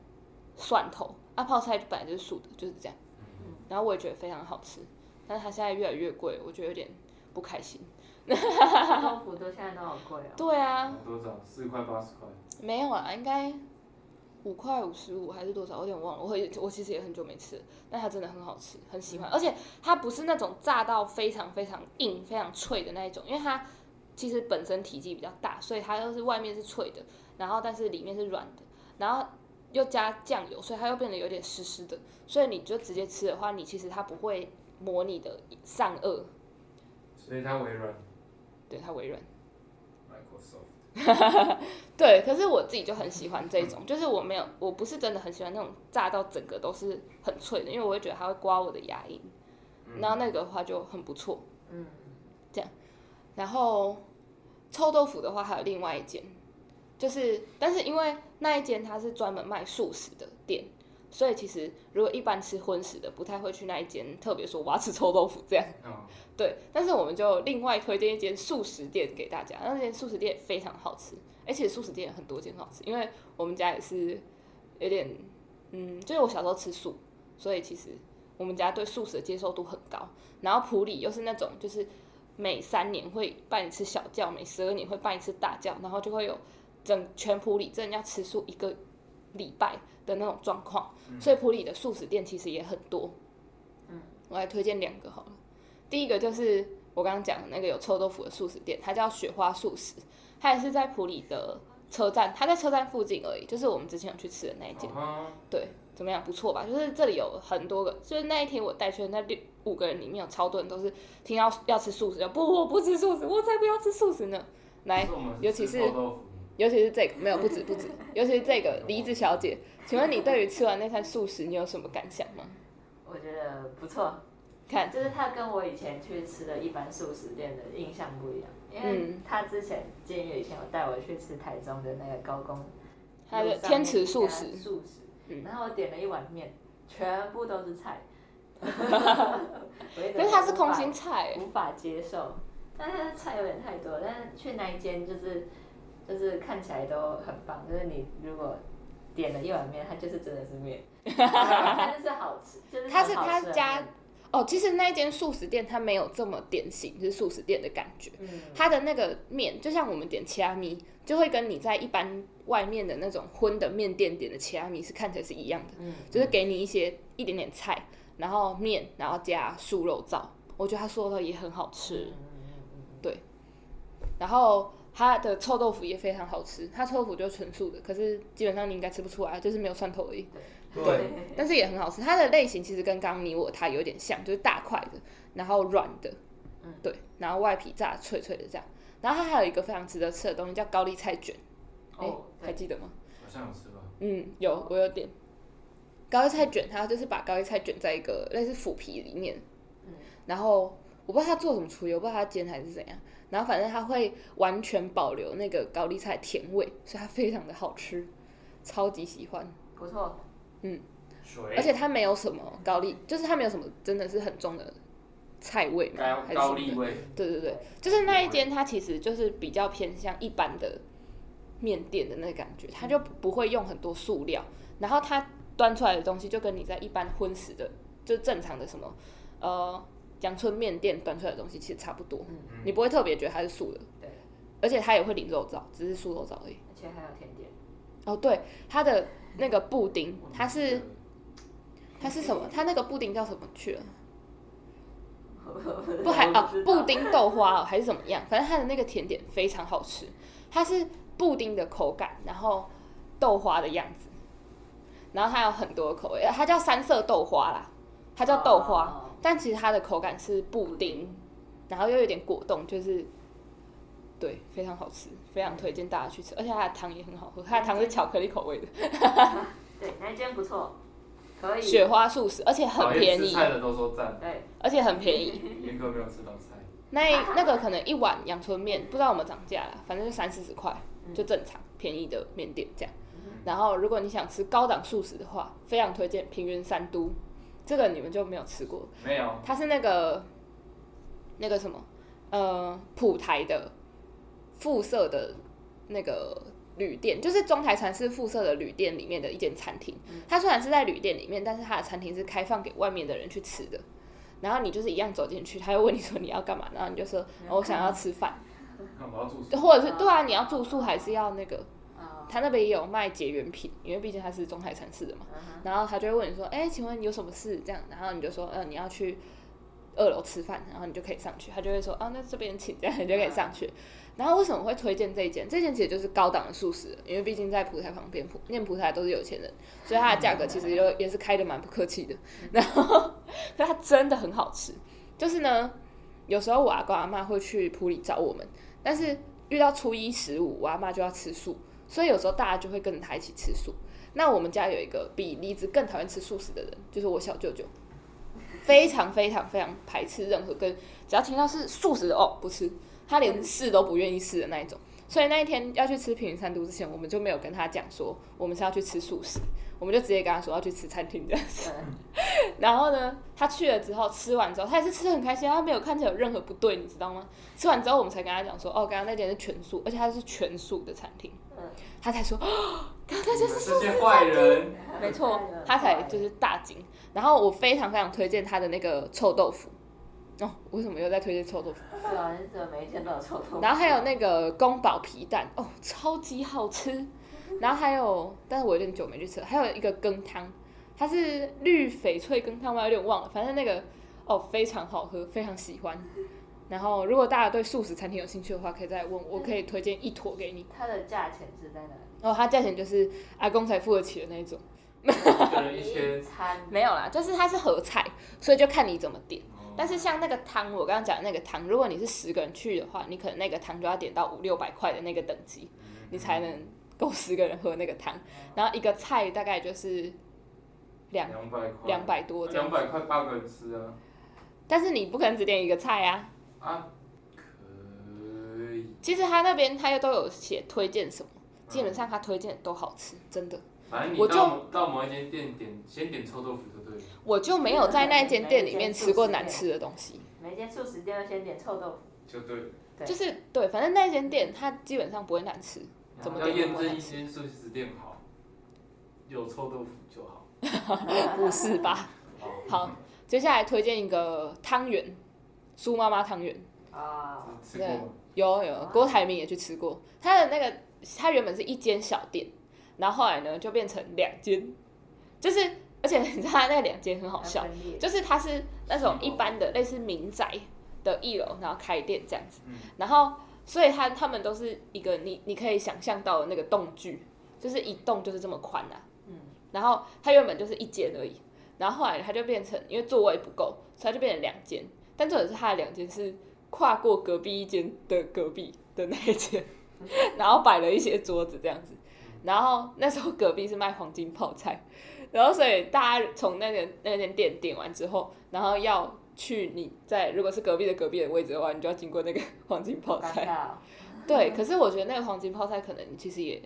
蒜头，啊泡菜本来就是素的，就是这样。然后我也觉得非常好吃，但是它现在越来越贵，我觉得有点不开心。
臭豆腐都现在都好贵哦。
对啊，
嗯多少？四块八十块。
没有啊，应该五块五十五还是多少，我有点忘了。我也我其实也很久没吃了，但它真的很好吃，很喜欢。而且它不是那种炸到非常非常硬、非常脆的那一种，因为它其实本身体积比较大，所以它又是外面是脆的，然后但是里面是软的，然后又加酱油，所以它又变得有点湿湿的。所以你就直接吃的话，你其实它不会磨你的上颚，
所以它微软
对它微软。
Microsoft
对，可是我自己就很喜欢这种，就是我没有，我不是真的很喜欢那种炸到整个都是很脆的，因为我会觉得它会刮我的牙龈，
嗯
然后那个的话就很不错。
嗯，
然后臭豆腐的话，还有另外一间，就是但是因为那一间它是专门卖素食的店，所以其实如果一般吃荤食的，不太会去那一间，特别说我要吃臭豆腐这样。
嗯，
对，但是我们就另外推荐一间素食店给大家，那间素食店非常好吃，而且素食店很多间很好吃，因为我们家也是有点，嗯，就是我小时候吃素，所以其实我们家对素食的接受度很高。然后普里又是那种就是每三年会办一次小教，每十二年会办一次大教，然后就会有整全普里镇要吃素一个礼拜的那种状况，所以普里的素食店其实也很多。
嗯，
我来推荐两个好了。第一个就是我刚刚讲的那个有臭豆腐的素食店，它叫雪花素食，它也是在普里的车站，它在车站附近而已，就是我们之前有去吃的那一间。
啊
对，怎么样？不错吧？就是这里有很多个，就是那一天我带去的那六五个人里面有超多人都是听到要吃素食，就不，我不吃素食，我才不要吃素食呢。来，
可我们
尤其
吃
是
臭豆腐
尤其是这个，没有不止不止，尤其是这个梨子小姐，请问你对于吃完那餐素食，你有什么感想吗？
我觉得不错，
看，
就是它跟我以前去吃的一般素食店的印象不一样，因为
嗯
他之前建宇以前有带我去吃台中的那个高工
它嗯的天池素食
路上面一家素食，
嗯
然后我点了一碗面，全部都是
<laughs>
菜，
可
可
是它是空心菜欸，
无法接受，但是菜有点太多，但是去那一间就是就是看起来都很棒，就是你如果点了一碗面，它就是真的是面，它就是好
<laughs>
吃，就是
它是
很好
它
吃的啊
家
面，
哦，其实那一间素食店它没有这么典型，就是素食店的感觉。
嗯，
它的那个面，就像我们点切拉米，就会跟你在一般外面的那种荤的面店点的切拉米是看起来是一样的，
嗯
就是给你一些一点点菜，然后面，然后加素肉燥。我觉得它素肉燥也很好
嗯
吃，然后它的臭豆腐也非常好吃。它臭豆腐就是纯素的，可是基本上你应该吃不出来，就是没有蒜头而已。
对，
但是也很好吃。它的类型其实跟刚刚你我它有点像，就是大块的，然后软的，
嗯
对，然后外皮炸得脆脆的这样。然后它还有一个非常值得吃的东西叫高丽菜卷，哎、
哦，
还
对，
记得吗？
好像有吃
哦
吧？
嗯，有，我有点。高丽菜卷，它就是把高丽菜卷在一个类似腐皮里面，
嗯
然后我不知道它做什么处理，我不知道它煎还是怎样，然后反正它会完全保留那个高丽菜甜味，所以它非常的好吃，超级喜欢，
不错，
水，
而且它没有什么高丽，就是它没有什么真的是很重的菜味嘛，
高
还是什
高
么
丽哦
的。
味，
对对对，就是那一间它其实就是比较偏向一般的面店的那个感觉，它就不会用很多塑料，然后它端出来的东西就跟你在一般荤食的就正常的什么呃阳春面店端出来的东西其实差不多，
嗯
你不会特别觉得它是素的，
对，
而且它也会淋肉燥，只是素肉燥而已。
而且还有甜点，
哦，对，它的那个布丁，它是它是什么？它那个布丁叫什么去了？不还哦，布丁豆花哦，还是怎么样？反正它的那个甜点非常好吃，它是布丁的口感，然后豆花的样子，然后它有很多口味，它叫三色豆花啦，它叫豆花，
哦
但其实它的口感是布丁，然后又有点果冻，就是对，非常好吃，非常推荐大家去吃，而且它的汤也很好喝，它的汤是巧克力口味的。
对，那间不错，可以，
雪花素食，而且
讨
很
厌
便
吃
宜，
菜的都说赞，
对，
而且很便宜。
严格没有吃到菜，
那一那个可能一碗阳春面不知道有没有涨价啦，反正就三四十块，就正常便宜的面店这样。然后如果你想吃高档素食的话，非常推荐平原三都，这个你们就没有吃过，
没有，
它是那个那个什么呃普台的附设的那个旅店，就是中台禅寺附设的旅店里面的一间餐厅。它虽然是在旅店里面，但是它的餐厅是开放给外面的人去吃的。然后你就是一样走进去，他就问你说你要干嘛，然后你就说、哦我想要吃饭，
我要住宿，
或者是对啊，你要住宿还是要那个？
啊，
他那边也有卖结缘品，因为毕竟他是中海城市的嘛。然后他就会问你说：“哎、请问你有什么事？”这样，然后你就说：“呃，你要去二楼吃饭，然后你就可以上去。”他就会说：“啊，那这边请。”这样你就可以上去。然后为什么会推荐这一间？这间其实就是高档的素食，因为毕竟在蒲台旁边，普念蒲台都是有钱人，所以它的价格其实就也是开的蛮不客气的。然后，可它真的很好吃。就是呢，有时候我阿公阿妈会去普里找我们，但是遇到初一十五，我阿妈就要吃素，所以有时候大家就会跟着她一起吃素。那我们家有一个比离子更讨厌吃素食的人，就是我小舅舅，非常非常非常排斥任何跟只要听到是素食的哦不吃，他连试都不愿意试的那一种。所以那一天要去吃平云三都之前，我们就没有跟他讲说我们是要去吃素食，我们就直接跟他说要去吃餐厅这样子。 <laughs>
嗯
然后呢，他去了之后吃完之后，他也是吃的很开心，他没有看起来有任何不对，你知道吗？吃完之后我们才跟他讲说，哦，刚刚那间是全素，而且它是全素的餐厅，
嗯
他才说，哦刚刚
你
就
们
是素
这
食
些
餐
坏
厅
人，
没
<laughs>
错，他才就是大惊。然后我非常非常推荐他的那个臭豆腐。哦，为什么又在推荐臭豆腐？
对啊，你怎么每一间都有臭豆腐？
然后还有那个宫保皮蛋，哦，超级好吃。然后还有，但是我有点久没去吃了，还有一个羹汤，它是绿翡翠羹汤吗？有点忘了，反正那个哦非常好喝，非常喜欢。然后如果大家对素食餐厅有兴趣的话，可以再问我，我可以推荐一坨给你。
它的价钱是在哪里？
然后它价钱就是阿公才付得起的那一种。
一个人一千，
餐
没有啦，就是它是合菜，所以就看你怎么点。
哦
但是像那个汤，我刚刚讲的那个汤，如果你是十个人去的话，你可能那个汤就要点到五六百块的那个等级，你才能够十个人喝那个汤。然后一个菜大概就是两
两百块，
嗯两百多这样
两。百块八个人吃啊，
但是你不可能只点一个菜啊。
啊，可以，
其实他那边他又都有写推荐什么，基本上他推荐的都好吃，真的。
反正
我
你到到某一间店点，先点臭豆腐就对了。
我就没有在那间店里面吃过难吃的东西，
每间素食店都先点臭豆腐，
就对了，
对
就是对，反正那间店它基本上不会难吃。怎么
要
点
验
都不
证
难
一
吃
间素食店好，有臭豆腐就好。
不是吧？
好，
好，接下来推荐一个汤圆，苏妈妈汤圆，
啊，
吃吃过吗？
有有，郭台铭也去吃过。他的那个，他原本是一间小店，然后后来呢就变成两间，就是而且你知道他那两间很好笑，
很分裂
就是它是那种一般的类似民宅的一楼，然后开店这样子
嗯，
然后所以它他们都是一个你你可以想象到的那个栋距，就是一栋就是这么宽啊，
嗯
然后它原本就是一间而已，然后后来它就变成因为座位不够，所以它就变成两间，但重点是它的两间是跨过隔壁一间的隔壁的那一间，然后摆了一些桌子这样子。然后那时候隔壁是卖黄金泡菜，然后所以大家从那间那间店点完之后，然后要去你在如果是隔壁的隔壁的位置的话，你就要经过那个 <laughs> 黄金泡
好尴
菜。
尬哦，
对，可是我觉得那个黄金泡菜可能其实也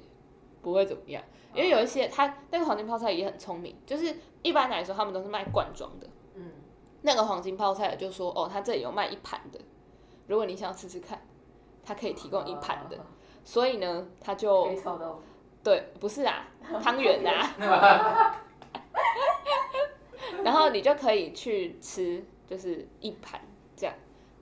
不会怎么样，因为有一些它那个黄金泡菜也很聪明，就是一般来说他们都是卖罐装的，
嗯，
那个黄金泡菜就说哦，它这里有卖一盘的，如果你想吃吃看，它可以提供一盘的，所啊以呢，它就
可以炒豆腐，
对，不是啊， <laughs> 汤圆啊，
那把
然后你就可以去吃，就是一盘这样。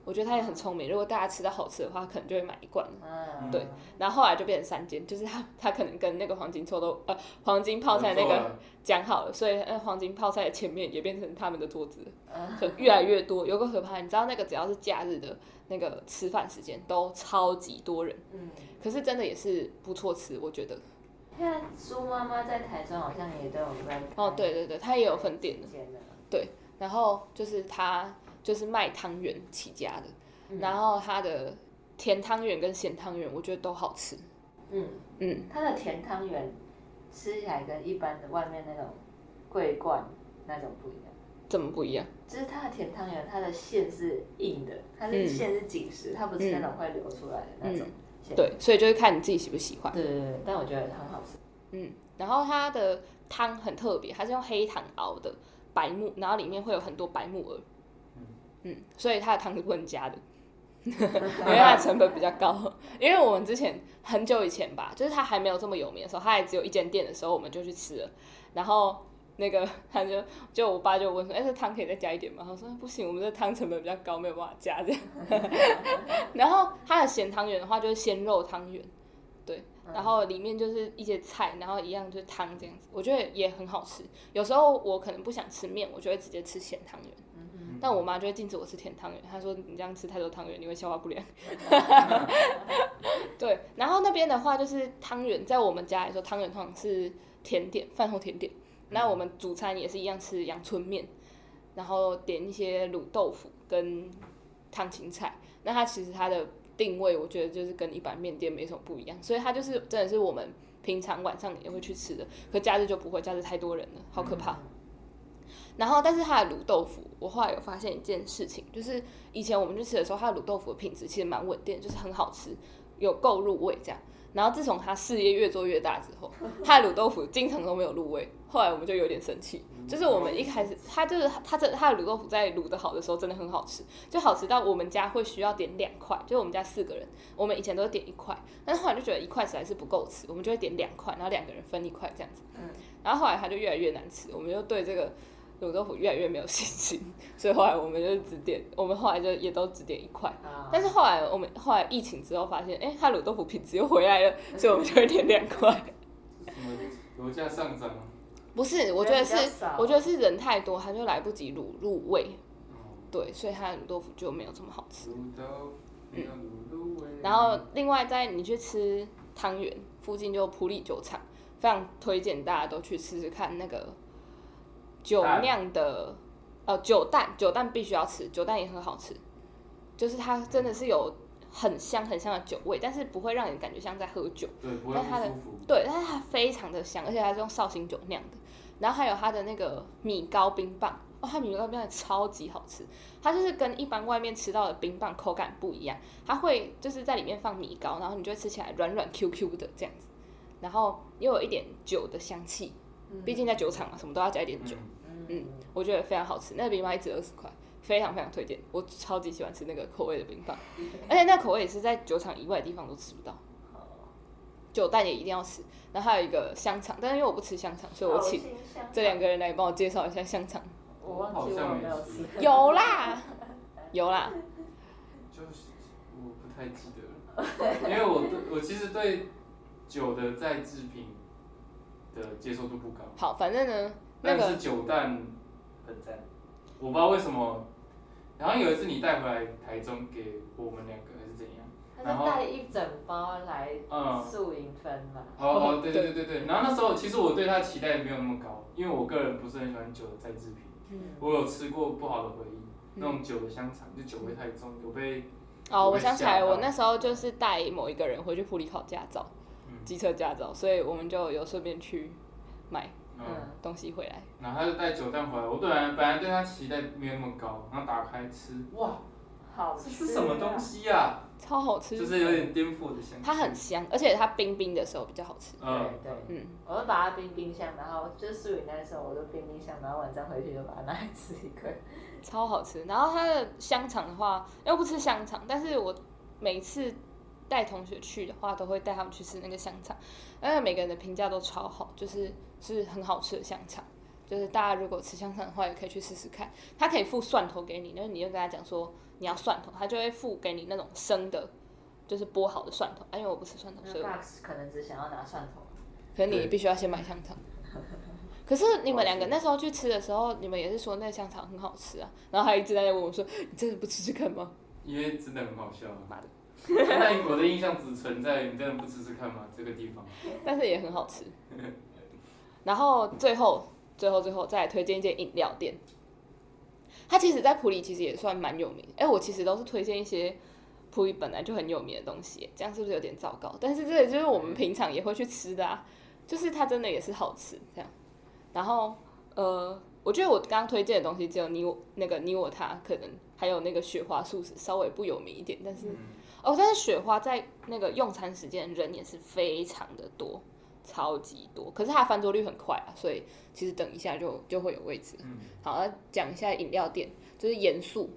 我觉得他也很聪明，如果大家吃到好吃的话，可能就会买一罐。
嗯，
对，然后后来就变成三间，就是他他可能跟那个黄金臭豆呃黄金泡菜那个
啊
讲好了，所以那黄金泡菜的前面也变成他们的桌子，
嗯
就越来越多，有个可怕。你知道那个只要是假日的那个吃饭时间都超级多人，
嗯，
可是真的也是不错吃，我觉得。
现在苏妈妈在台中好像也都有在
哦，对对对，他也有分店的，
间的，
然后就是他就是卖汤圆起家的。
嗯
然后它的甜汤圆跟咸汤圆，我觉得都好吃。
嗯，
嗯，
它的甜汤圆吃起来跟一般的外面那种桂冠那种不一样，
怎么不一样？
就是它的甜汤圆，它的馅是硬的，它是
嗯
馅是紧实，它不是那种会流出来的那种馅。
对，所以就是看你自己喜不喜欢。
对对对，但我觉得很好吃。
嗯，然后它的汤很特别，它是用黑糖熬的白木，然后里面会有很多白木耳。嗯，所以它的汤是不能加的，因为它的成本比较高。因为我们之前很久以前吧，就是它还没有这么有名的时候，它还只有一间店的时候，我们就去吃了。然后那个他就就我爸就问说：“哎、这汤可以再加一点吗？”他说：“不行，我们这汤成本比较高，没有办法加这样。” <laughs> 然后它的咸汤圆的话就是鲜肉汤圆，
嗯
然后里面就是一些菜，然后一样就是汤这样子，我觉得也很好吃。有时候我可能不想吃面，我就会直接吃咸汤圆，但我妈就会禁止我吃甜汤圆，她说你这样吃太多汤圆，你会消化不良。对，然后那边的话就是汤圆，在我们家来说，汤圆通常是甜点，饭后甜点。那我们主餐也是一样吃阳春面，然后点一些卤豆腐跟烫青菜。那它其实它的定位，我觉得就是跟一般面店没什么不一样，所以它就是真的是我们平常晚上也会去吃的，可假日就不会，假日太多人了，好可怕。然后，但是它的卤豆腐，我后来有发现一件事情，就是以前我们去吃的时候，它的卤豆腐的品质其实蛮稳定的，就是很好吃，有够入味这样。然后自从它事业越做越大之后，它的卤豆腐经常都没有入味，后来我们就有点生气，就是我们一开始它就是它这它的卤豆腐在卤的好的时候真的很好吃，就好吃到我们家会需要点两块，就是我们家四个人，我们以前都是点一块，但是后来就觉得一块实在是不够吃，我们就会点两块，然后两个人分一块这样子。
嗯
然后后来它就越来越难吃，我们就对这个卤豆腐越来越没有信心， <laughs> 所以后来我们就只点，我们后来就也都只点一块。
啊
但是后来我们后来疫情之后发现，哎、它卤豆腐品质又回来了，所以我们就会点两块。
什么油价上涨，啊
不是，我觉得是
人比较少，
我觉得是人太多，它就来不及卤入味，
哦，
对，所以它的卤豆腐就没有这么好吃。
卤豆
嗯
要卤卤味，
然后另外在你去吃汤圆附近就普里酒厂，非常推荐大家都去吃吃看那个酒酿的，呃，酒蛋，酒蛋必须要吃，酒蛋也很好吃，就是它真的是有很香很香的酒味，但是不会让你感觉像在喝酒。
对不会
但它
不
的
舒服，
对，但是它非常的香，而且它是用绍兴酒酿的。然后还有它的那个米糕冰棒，哦，它米糕冰棒超级好吃。它就是跟一般外面吃到的冰棒口感不一样，它会就是在里面放米糕，然后你就会吃起来软软 Q Q 的这样子，然后又有一点酒的香气，毕竟在酒厂嘛，什么都要加一点酒。
嗯
嗯，我觉得非常好吃，那个冰棒一只二十块，非常非常推荐。我超级喜欢吃那个口味的冰棒，而且那口味也是在酒厂以外的地方都吃不到。酒蛋也一定要吃，然后还有一个香肠，但是因为我不吃香肠，所以我请这两
个，
个人来帮我介绍一下香肠。
我忘记我有没有吃。
有啦，有啦，
就是我不太记得了，因为我对我其实对酒的再制品的接受度不高，
好，反正呢，
但
那个
是酒蛋很赞，我不知道为什么。然后有一次你带回来台中给我们两个还是怎样？
他就带一整包来
嗯，
宿营分嘛，
好好，
哦
对对对对对。然后那时候其实我对它期待没有那么高，因为我个人不是很喜欢酒的再制品，
嗯，
我有吃过不好的回忆，那种酒的香肠就酒味太重，有被
哦，
我
我
被
想起
吓
来，
到
我那时候就是带某一个人回去普里考驾照，
嗯
机车驾照，所以我们就有顺便去买
嗯，
嗯，
东西回来。
然后他就带酒蛋回来，我本来本来对它期待没有那么高，然后打开吃，哇，
好
这
吃、啊。
是什么东？西呀、
超好吃，
就是有点颠覆我的想象。
它很香，而且它冰冰的时候比较好吃。
嗯，
对对，
嗯，
我会把它冰冰箱，然后就是素云那时候我就冰冰箱，然后晚上回去就把它拿来吃一个。
超好吃。然后它的香肠的话，因为我不吃香肠，但是我每次带同学去的话，都会带他们去吃那个香肠，因为每个人的评价都超好，就是是很好吃的香肠。就是大家如果吃香肠的话，也可以去试试看。它可以附蒜头给你，那你就跟他讲说你要蒜头，他就会附给你那种生的，就是剥好的蒜头。啊因为我不吃蒜头，所以
那
我
Box 可能只想要拿蒜头，
可是你
对
必须要先买香肠。可是你们两个那时候去吃的时候，你们也是说那个香肠很好吃啊，然后还一直在那问我说：“你真的不吃吃看吗
因为真的很好笑。啊
妈的
那我的印象只存在你真的不吃吃看吗？这个地方？”
但是也很好吃。然后最后最后最后再来推荐一间饮料店，它其实在普里其实也算蛮有名。哎、我其实都是推荐一些普里本来就很有名的东西，这样是不是有点糟糕？但是这个就是我们平常也会去吃的啊，就是它真的也是好吃这样。然后呃，我觉得我刚刚推荐的东西只有你我那个你我他可能还有那个雪花素食稍微不有名一点，但是
嗯，
哦，但是雪花在那个用餐时间人也是非常的多，超级多。可是它的翻桌率很快啊，所以其实等一下就就会有位置。
嗯
好，那讲一下饮料店，就是盐素，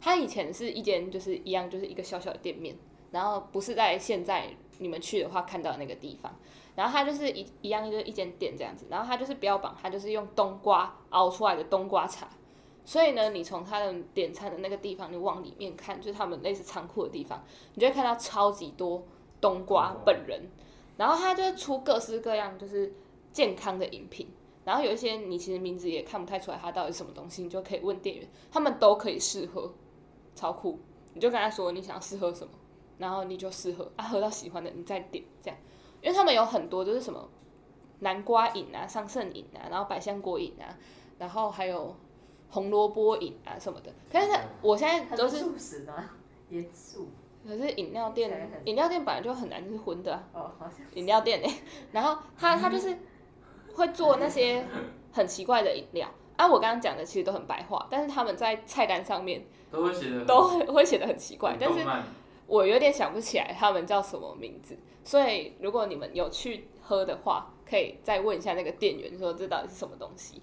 它以前是一间就是一样就是一个小小的店面，然后不是在现在你们去的话看到的那个地方，然后它就是一一样就是一间店这样子，然后它就是标榜它就是用冬瓜熬出来的冬瓜茶。所以呢，你从它的点餐的那个地方，你往里面看，就是他们类似仓库的地方，你就会看到超级多冬瓜
冬瓜
本人，然后它就会出各式各样就是健康的饮品，然后有一些你其实名字也看不太出来它到底是什么东西，你就可以问店员，他们都可以试喝，超酷！你就跟他说你想要试喝什么，然后你就试喝，啊，喝到喜欢的你再点这样，因为他们有很多就是什么南瓜饮啊、桑葚饮啊，然后百香果饮啊，然后还有红萝卜饮啊什么的。可是它我现在
它
都
是
是，
素食吗？盐素
可是饮料
听起来
店，
很
饮料店本来就很难是荤的啊、
哦，好像
饮料店哎、然后他他就是会做那些很奇怪的饮料。啊，我刚刚讲的其实都很白话，但是他们在菜单上面
都会写的
都会会写的很奇怪，但是
动
<laughs>
漫
我有点想不起来他们叫什么名字，所以如果你们有去喝的话，可以再问一下那个店员说这到底是什么东西。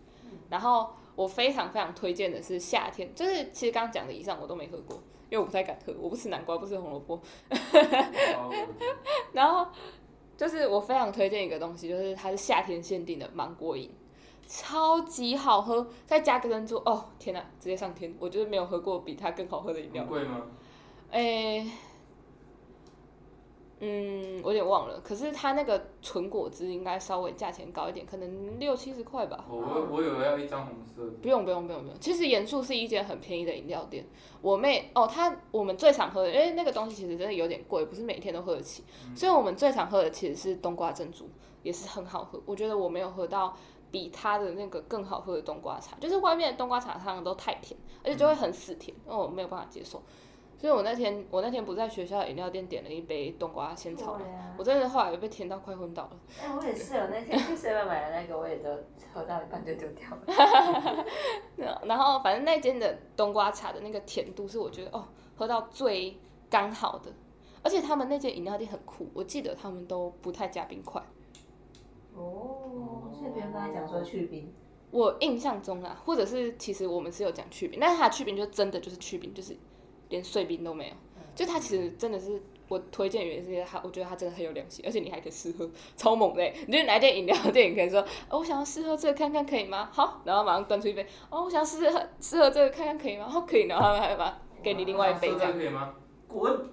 然后我非常非常推荐的是夏天，就是其实刚刚讲的以上我都没喝过，因为我不太敢喝，我不吃南瓜，不吃红萝卜。 <laughs>
超无敌
然后就是我非常推荐一个东西，就是它是夏天限定的芒果饮，超级好喝，再加个珍珠，哦天哪，直接上天！我就是没有喝过比它更好喝的饮料
很。贵
<laughs>
吗？
诶、嗯，我有点忘了。可是它那个纯果汁应该稍微价钱高一点，可能六七十块吧。
我我我有要一张红色的，
不用不用不用不用，其实盐素是一间很便宜的饮料店。我妹哦，她我们最常喝的，因为那个东西其实真的有点贵，不是每天都喝得起，所以我们最常喝的其实是冬瓜珍珠，也是很好喝。我觉得我没有喝到比它的那个更好喝的冬瓜茶，就是外面的冬瓜茶常常都太甜，而且就会很死甜，那、我没有办法接受。所以我那天我那天不在学校的饮料店点了一杯冬瓜鲜草莓
对啊
我真的后来被甜到快昏 <laughs> 倒了。
哎、我也是，我那天去 seven 买的那个，我也都喝到一半就丢掉了。
那啊然后反正那间的冬瓜茶的那个甜度是我觉得哦喝到最刚好的，而且他们那间饮料店很酷，我记得他们都不太加冰块。
哦，所以不用跟他讲说去冰，
我印象中啊，或者是其实我们是有讲去冰，但是它的去冰就真的就是去冰，就是连碎冰都没有。就它其实真的是我推荐的原因是因为它，我觉得它真的很有良心，而且你还可以试喝，超猛的欸、你就是拿一件饮料店，你可以说，哦，我想要试喝这个看看可以吗？好，然后马上端出一杯，哦，我想要试喝试喝这个看看可以吗？好，哦可以，然后他们还把给你另外一杯这
红
样
色。的可以吗？滚！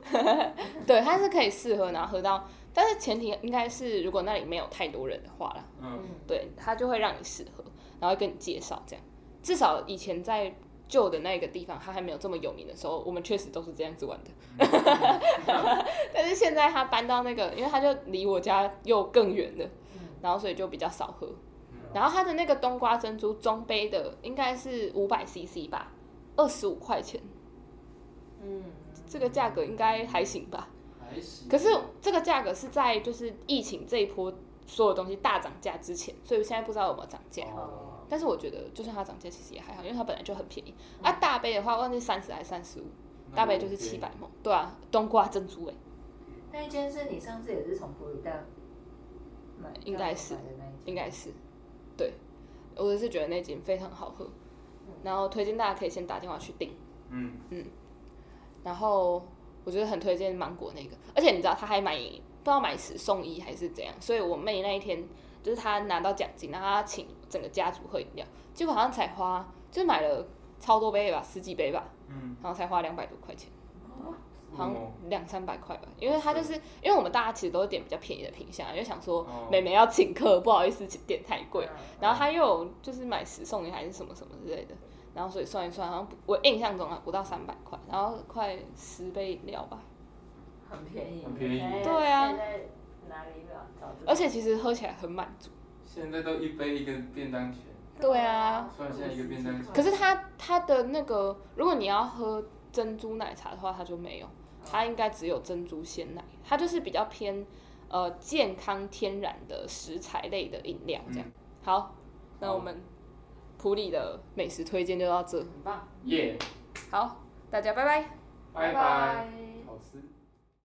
对，它是可以试喝，然后喝到，但是前提应该是如果那里没有太多人的话啦，
嗯，
对，它就会让你试喝，然后跟你介绍这样。至少以前在旧的那个地方，它还没有这么有名的时候，我们确实都是这样子玩的。 <laughs> 但是现在它搬到那个，因为它就离我家又更远了，然后所以就比较少喝。然后它的那个冬瓜珍珠中杯的应该是五百 CC 吧，二十五块钱，
嗯，
这个价格应该还行吧。
还行。
可是这个价格是在就是疫情这一波所有东西大涨价之前，所以现在不知道有没有涨价。
哦
但是我觉得，就算它涨价，其实也还好，因为它本来就很便宜。啊，大杯的话，忘记三十还是三十五，大杯就是七百梦，对啊，冬瓜珍珠哎、
那一间是你上次也是从普里大买，
应该是
买的那一
应
间。
该是，对，我是觉得那间非常好喝，然后推荐大家可以先打电话去订，
嗯，
然后我觉得很推荐芒果那个，而且你知道他还买不知道买十送一还是怎样，所以我妹那一天就是她拿到奖金，然后她请整个家族喝饮料，结果好像才花就买了超多杯吧，十几杯吧，
嗯，
然后才花两百多块钱。好
为什么
像两三百块吧，因为他就是因为我们大家其实都是点比较便宜的品相，因为想说
哦
美美要请客，不好意思点太贵，
嗯
然后他又有就是买十送一还是什么什么之类的，然后所以算一算，好像不我印象中啊不到三百块，然后快十杯饮料吧，
很便宜，
很便宜
现在
对啊
现在哪里有找这种？
而且其实喝起来很满足。
现在都一杯一个便当钱，
对啊
虽然现在一个便当
啊嗯
可是它它的那个，如果你要喝珍珠奶茶的话，它就没有，它应该只有珍珠鲜奶，它就是比较偏呃健康天然的食材类的饮料这样。好，那
好
我们普里的美食推荐就到这，
很棒，
耶，
好，大家拜拜。
拜拜，好吃。